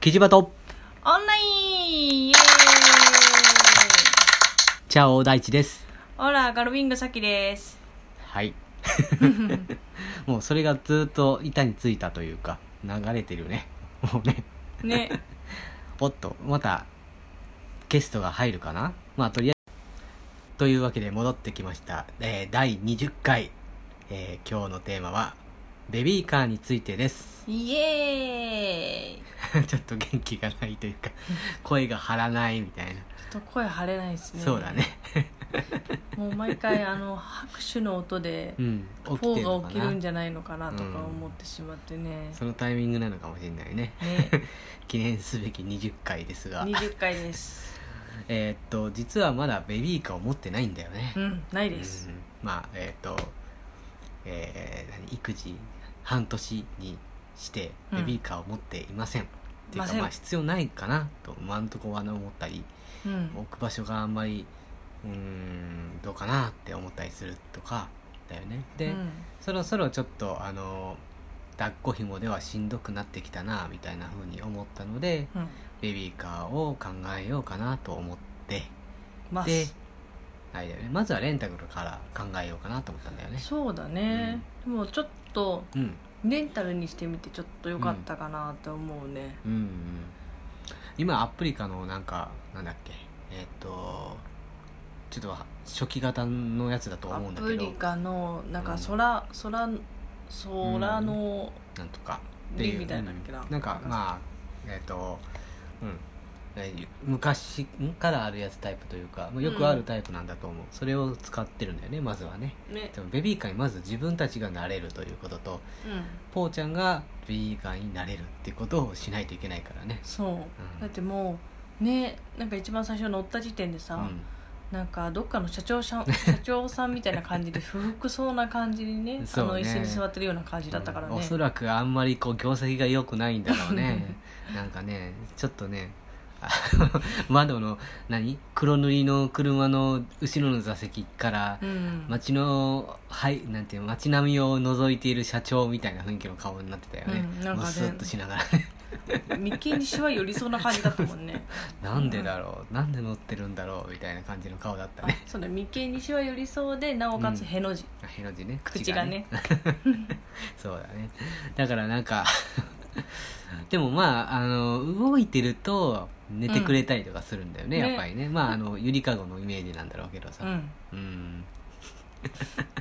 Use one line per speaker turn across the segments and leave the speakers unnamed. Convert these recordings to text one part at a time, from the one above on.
キジバト、
オンラインイエーイ
チャオ大地です。
オラ、ガルウィングサキです。
はい。もうそれがずっと板についたというか、流れてるよね。もうね、
ね。
おっと、また、ゲストが入るかなまあ、とりあえず。というわけで戻ってきました。えー第20回。えー今日のテーマは、ベビーカーについてです。
イエーイ
ちょっと元気がないというか、声が張らないみたいな。
ちょっと声張れないですね。
そうだ。ね。
もう毎回、あの、拍手の音で
う、ん。
フ
て
ォ
る
ー
の
が
か
起きるん
な。
じゃないのかなとか思ってしまってね。
そのタイミングなのかもしれないね。
ね。
記念すべき20回ですが、
20回です。
えーっと実はまだベビーカーを持ってないんだよね
う、ん、ない
うん
です。
まあえーっとえー何育児半年にして
うん
ベビーカーを持っていません、っていう
ま
か
せん
まあ必要ないかなと今のところは思ったり
うん。
置く場所があんまりうーんどうかなって思ったりするとかだよねで、
うん
そろそろちょっとあの抱っこ紐ではしんどくなってきたなみたいな風に思ったので、
うん。
ベビーカーを考えようかなと思って
ま。
ですあれだよねまずはレンタルから考えようかなと思ったんだよね
そうだね。でも、ちょっと、
うん
レンタルにしてみて、ちょっと良かったかなと思うね。
うんうん今アプリカのなんかなんだっけえーっとちょっとは初期型のやつだと
ア
思うんだ
プ
け
リ
ど
カのなん
う
か
ん
空、空空の
なんとかって
リ
いう
みたいなっけな,、
うんなんか
あ
まあえーっとうんえー昔からあるやつタイプというかよくあるタイプなんだと思う、それを使ってるんだよねまずはね
ね
でもベビーカーにまず自分たちがなれるということと
うん
ポーちゃんがベビーカーになれるっていうことをしないといけないからね
そう、
ん
だってもうねなんか一番最初乗った時点でさ、なんかどっかの社 長さん社長さんみたいな感じで不服そうな感じにね
そうね
あの椅子に座ってるような感じだったからね、
おそらくあんまりこう業績が良くないんだろう ねなんかねちょっとねあの 窓の何黒塗りの車の後ろの座席から
うん、
街の、はい、なんていうの街並みを覗いている社長みたいな雰囲気の顔になってたよね
うんなんかね
もうスッとしながらね
眉間にしわ寄りそうな感じだったもん ね
なんでだろうなんで乗ってるんだろうみたいな感じの顔だった
あ
ね
そうだ眉間にしわ寄りそうでなおかつへの字、
への字ね
口がね
そうだねだからなん かでもまああの動いてると寝てくれたりとかするんだよね、
うんね
やっぱりねまああのゆりかごのイメージなんだろうけどさ
うん
うん、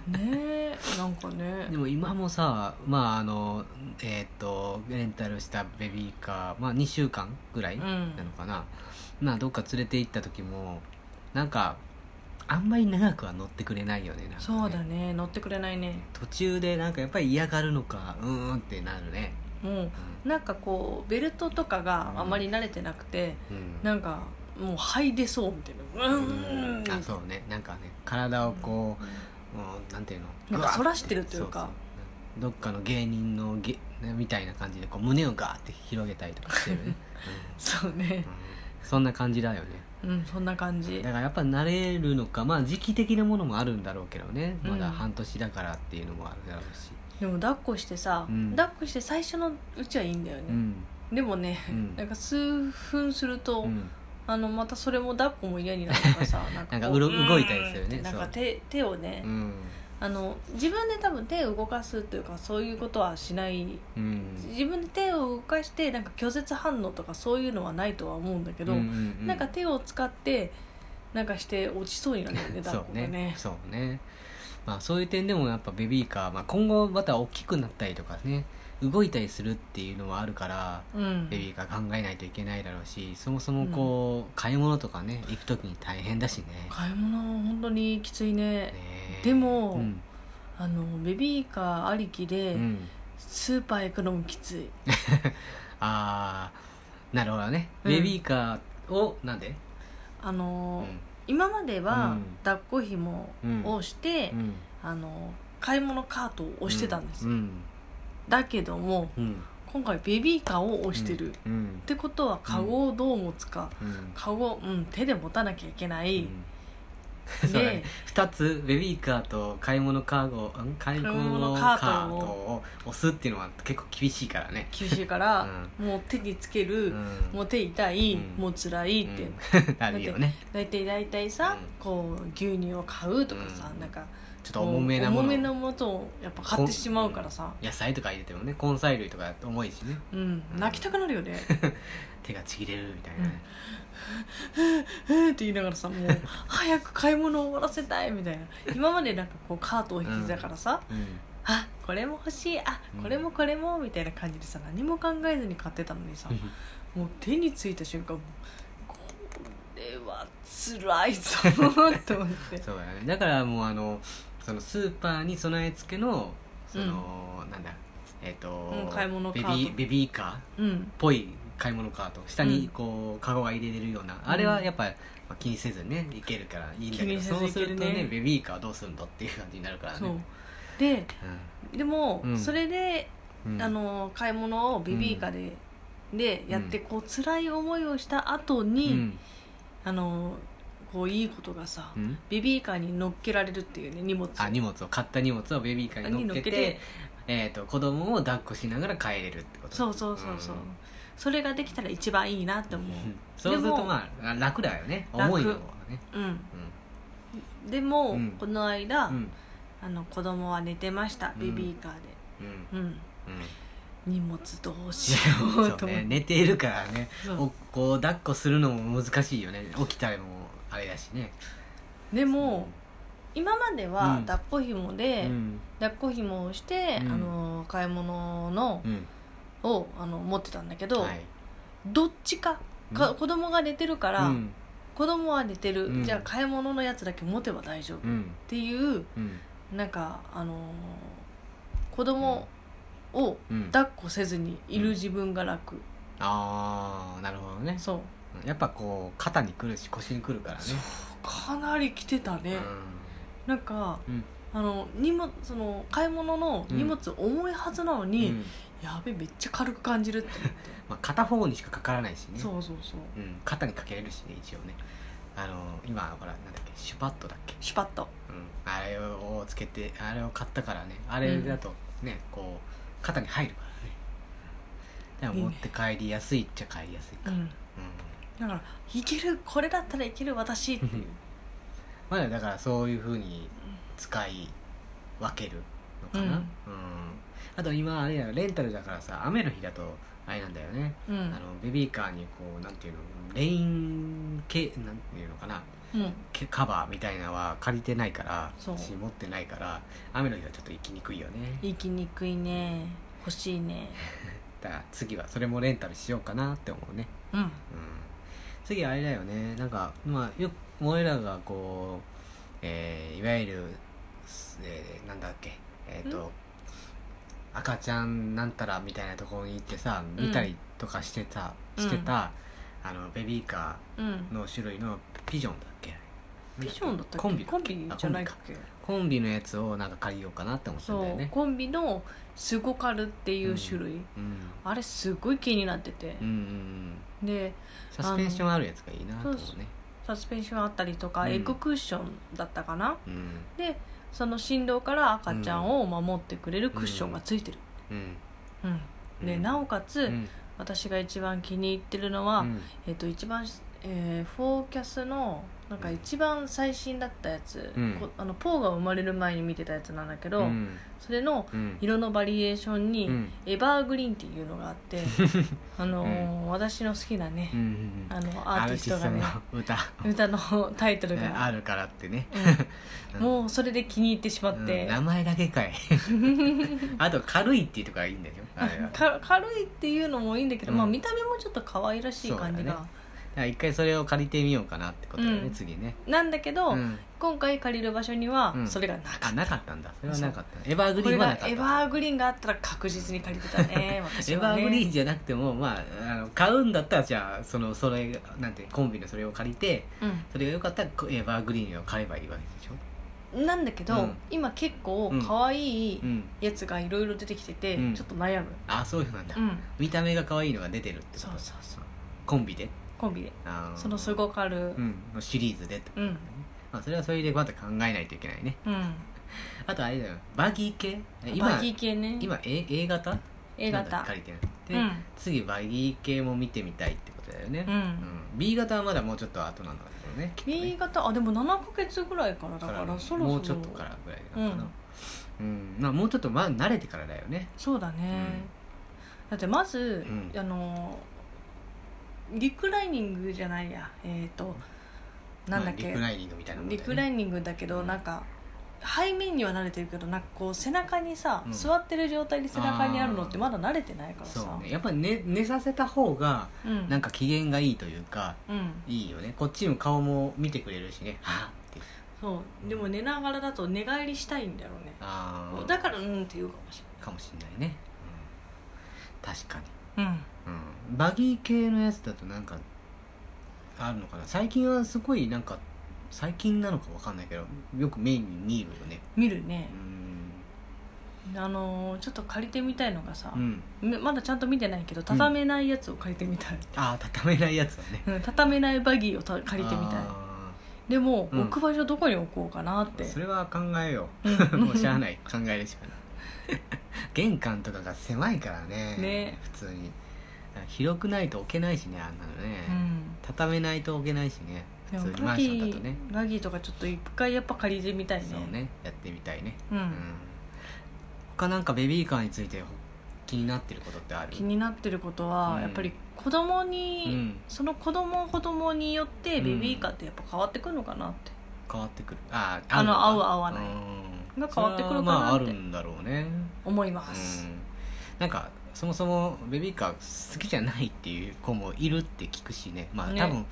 ねえなんかね
でも今もさまああのえーっとレンタルしたベビーカー、まあ、2週間ぐらい
うん
なのかな、まあどっか連れて行った時もなんかあんまり長くは乗ってくれないよねなんかね
そうだね乗ってくれないね
途中でなんかやっぱり嫌がるのかうーんってなるね
もうなんかこうベルトとかが
うん
あまり慣れてなくて、
うん、うん
なんかもうはい出そうみたいなうーん
あそうねなんかね体をこう、もうなんていうの
な
ぐ
んか
わっ
反らしてるというか
そそうどっかの芸人のげみたいな感じでこう胸をガーって広げたりとかしてるね、
そう
うん
ね
うんそんな感じだよね
うんそんな感じ
だからやっぱ慣れるのかまあ時期的なものもあるんだろうけどねまだ
うん
半年だからっていうのもあるだろうし
でも抱っこしてさ、
うん
抱っこして最初のうちはいいんだよ
う
ね、
ん
でもね、
うん
なんか数分すると、
うん
あのまたそれも抱っこも嫌になるか らさなんこ
なんかうろ動いたりするね
うーんってなん
そ
か
う
手手をね、
うん
あの自分で多分手を動かすというかそういうことはしない
うん
自分で手を動かしてなんか拒絶反応とかそういうのはないとは思うんだけど、
うんうんうん
なんか手を使ってなんかして落ちそうになるよね抱っ
そ
こ
う
がね
ねそうねまあそういう点でもやっぱベビーカー、まあ、今後また大きくなったりとかね動いたりするっていうのはあるから
うん
ベビーカー考えないといけないだろうしそもそもこう、買い物とかね行く時に大変だしね
買い物は本当にきついね
ね
でも
うん
あのベビーカーありき
う
で、
ん、
スーパー行くのもきつい
ああなるほどね
うん
ベビーカーをなんで、
あ
うん
の、今までは
うん
抱っこひもをして、
うん、
あの買い物カートを押してたんです、
うん
だけども
うん、
今回ベビーカーを押してる、っ
うん
てことはカゴをどう持つか、
うん
カゴ、うん、手で持たなきゃいけない、
うんそうだね2つベビーカーと買い物カーゴん買い物カートを押すっていうのは結構厳しいからね
厳しいから、もう手につける、もう手痛い、
うん
もう辛いって、
うん なるよね
大体大体さ、
うん
こう牛乳を買うとかさ、
うん
なんか
ちょっと重めなもの
重めなものをやっぱ買ってしまうからさ
野菜とか入れてもね根菜類とか重いしね
うん
うん
泣きたくなるよね
手がちぎれるみたいなね、
えーって言いながらさもう早く買い物を終わらせたいみたいな今までなんかこうカートを引きだからさ、
うん
あこれも欲しいあこれもこれもみたいな感じでさ何も考えずに買ってたのにさもう手についた瞬間もうこれは辛いぞと 思って
そうだねだからもうあのそのスーパーに備え付けのその、なんだえっ、と、
うん買い物カート
ベビーベビーカーっ
うん
ぽい買い物カート下にこう、カゴが入れれるようなあれはやっぱ、まあ気にせずねいけるからいいんだけど
気にせず
そう
行
す
ける
る
ね
とねベビーカーはどうするんだっていう感じになるからね
そうででも、
うん
それで、
うんうん
あの買い物をビビーカで、でやってこう辛い思いをした後
う
に、
ん
あのこういいことがさ、
うん
ビビーカーに乗っけられるっていうね荷物を
あ荷物を買った荷物をベビーカーに乗っけて
に乗っけて
えー、と子供を抱っこしながら帰れるってこと
そうそうそうそう、
ん
それができたら一番いいなって思
うんそうする
で
と
も
まあ楽だよね
楽
重いのはね
う、うん、
うん
でも、
うん
この間、
うん
あの子供は寝てました
うん
ベビーカーで、
うん
うん
う
荷物どうしよ
ん、
う
そ
と
う
思
ね
って、
寝ているからね
そう
おこう抱っこするのも難しいよね起きたらもうあれだしね
でも今までは
うん
抱っこひも
う
で、
ん
抱っこひもをして、
うん
あの買い物の
う、ん
をあの持ってたんだけど、
はい
どっちかか、
うん
子供が寝てるから、
うん
子供は寝てる、
うん
じゃあ買い物のやつだけ持てば大丈
う
夫、っ
ん
ていう
うん
なんかあのー子供を
うん
抱っこせずにいる自分が楽、
ああなるほどね
そう
やっぱこう肩にくるし腰にくるからね
そうかなり来てたね、なんか
うん
あの荷物その買い物の荷物重いはずなの
うん
に、
うん
やべめっちゃ軽く感じるって思って
まあ、片方にしかかからないしね
そうそうそ
う
う
ん、肩にかけれるしね一応ねあの今ほらなんだっけシュパットだっけ
シュパッと
うん、あれをつけてあれを買ったからねあれだとね、こう肩に入るからねでも持って帰りやすいっちゃ帰りやすいから、
う
うん
んだからいけるこれだったらいける私っていう
まだだからそういうふうに使い分けるのかな、うん
うん
あと今あれだよレンタルだからさ雨の日だとあれなんだよね、
うん、
あのベビーカーにこうなんていうのレイン系なんていうのかな
うん、
けカバーみたいなのは借りてないから
そう
し持ってないから雨の日はちょっと行きにくいよね
行きにくいね欲しいね
だから次はそれもレンタルしようかなって思うね、
うん
うん、次あれだよねなんかまあよく俺らがこう、えーいわゆる、すえーなんだっけえっ、と赤ちゃんなんたらみたいなところに行ってさ見たりとかしてた、
うん
してたあのベビーカ
うん
ーの種類のピジョンだっけ
ピジョンだったっけ
コンビ
コンビじゃないっけ
コンビのやつをなんか借りようかなって思ってたんだ
そ
よ
う
ね
コンビのスゴカルっていう種類、
うん
あれすごい気になってて
うんうんうん
で
サスペンションあるやつがいいなと思
そう
ね
サスペンションあったりとか、
うん
エッグクッションだったかな
うん
でその振動から赤ちゃんを守ってくれるクッションがついてる、
うん
うん
うん
でなおか
う
つ、
ん
私が一番気に入ってるのは、
うん
えっと一番、えーフォーキャスのなんか一番最新だったやつ、
うん
こあのポーが生まれる前に見てたやつなんだけど、
うん
それの
うん
色のバリエーションに、
うん
エバーグリーンっていうのがあって あのー、私の好きなね
う、ん
あのアーティストが
アーテ
ね
ィストの歌
歌のタイトル
ね
が、
あるからってね
うんもうそれで気に入ってしま
う
っ
ん
て、
名前だけ かいあと軽いっていうとこがいいんだよあれはだか
か 軽いっていうのもいいんだけど、
うん
まあ、見た目もちょっと可愛らしい感じ
そうだ
が、
ねら一回それを借りてみようかなってことだよ
う
ね
ん
次ね
なんだけど、
うん
今回借りる場所には
うん
それがなかった、
あなかったんだそれはなかったエバーグ
こ
リー
れ
ンは
が
なかった
エバーグリーンがあったら確実に借りて たね私
エ
は
バ
ね
ーグリーンじゃなくても、まあ、あの買うんだったらじゃあそのそれなんてコンビのそれを借りてそれが良かったらこエバーグリーンを買えばいいわけでしょ、
うん、なんだけど、
うん
今結構可愛い
うん、
やつがいろいろ出てきてて、
うん
ちょっと悩む、
あそういうのなんだ、
うん、
見た目が可愛いのが出てるってこと
そうそうそう
コンビで
コンビで
あー
そのすごかる
うんのシリーズでって
うん
ままあ、それはそれでまた考えないといけないね
うん
あとあれだよバギー系今
バギー系ね
今 A, A 型
A
なん
型
だ借りてる
う
で、
ん
次バギー系も見てみたいってことだよね、
う
うん
ん
B 型はまだもうちょっと後なんだけどねきっとね
B 型あでも7ヶ月ぐらいからだからそろそろ
もうちょっとからぐらいなのかな、うんまあ、もうちょっと、まあ、慣れてからだよね
そうだね、だってまず、
うん
あのリクライニングじゃないやえっ、となんだ
まあ
っけ、
リクライニングみたいなもんだ
リ
よね
クライニングだけど、
うん
なんか背面には慣れてるけどなんかこう背中にさ、
うん
座ってる状態で背中にあるのってまだ慣れてないからさ
そうねやっぱ寝寝させた方が
うん
なんか機嫌がいいというか
うん
いいよねこっちも顔も見てくれるしねはぁって
そうでも寝ながらだと寝返りしたいんだろうね
あー
だからうんって言うかもし
かもしんないね、うん確かに、
れない、
うん、バギー系のやつだとなんかあるのかな最近はすごいなんか最近なのかわかんないけどよくメインに見るよね
見るね
う、ん
あのーちょっと借りてみたいのがさ、
うん
めまだちゃんと見てないけど畳めないやつを借りてみたい、
ああ畳めないやつはね
うん、畳めないバギーをた借りてみたい
あ
でも、
うん
置く場所どこに置こうかなっ
ー
て
それは考えよ
う
う
ん
もうしゃあない考えるしかない玄関とかが狭いからね
ね
普通に広くないと置けないしねあんなのね、
うん
畳めないと置けないしね
で
普
も
通にマ
バ
ンショ
ギ
ンだと
ー、
ね
バギーとかちょっと一回やっぱ借りてみたいね
そうねやってみたいね
うん
うん他なんかベビーカーについて気になってることってある
気になってることは、
うん
やっぱり子供
う
に、
ん
その子供子供によって
うん
ベビーカーってやっぱ変わってくるのかなって、
変わってくるあ
あの合う合
う
わない
ん
が変わってく
そ
るかなって
れはまああるんだろうね
思いうます、
んなんかそもそもベビーカー好きじゃないっていう子もいるって聞くしねまあ
ね
多分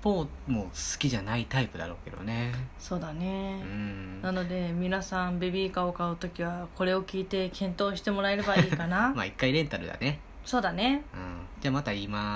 ポーも好きじゃないタイプだろうけどね
そうだ
う
ね、
ん
なので皆さんベビーカーを買う時はこれを聞い て検討してもらえればいいかな
まあ一回レンタルだね
そうだね
うんじゃあまた言います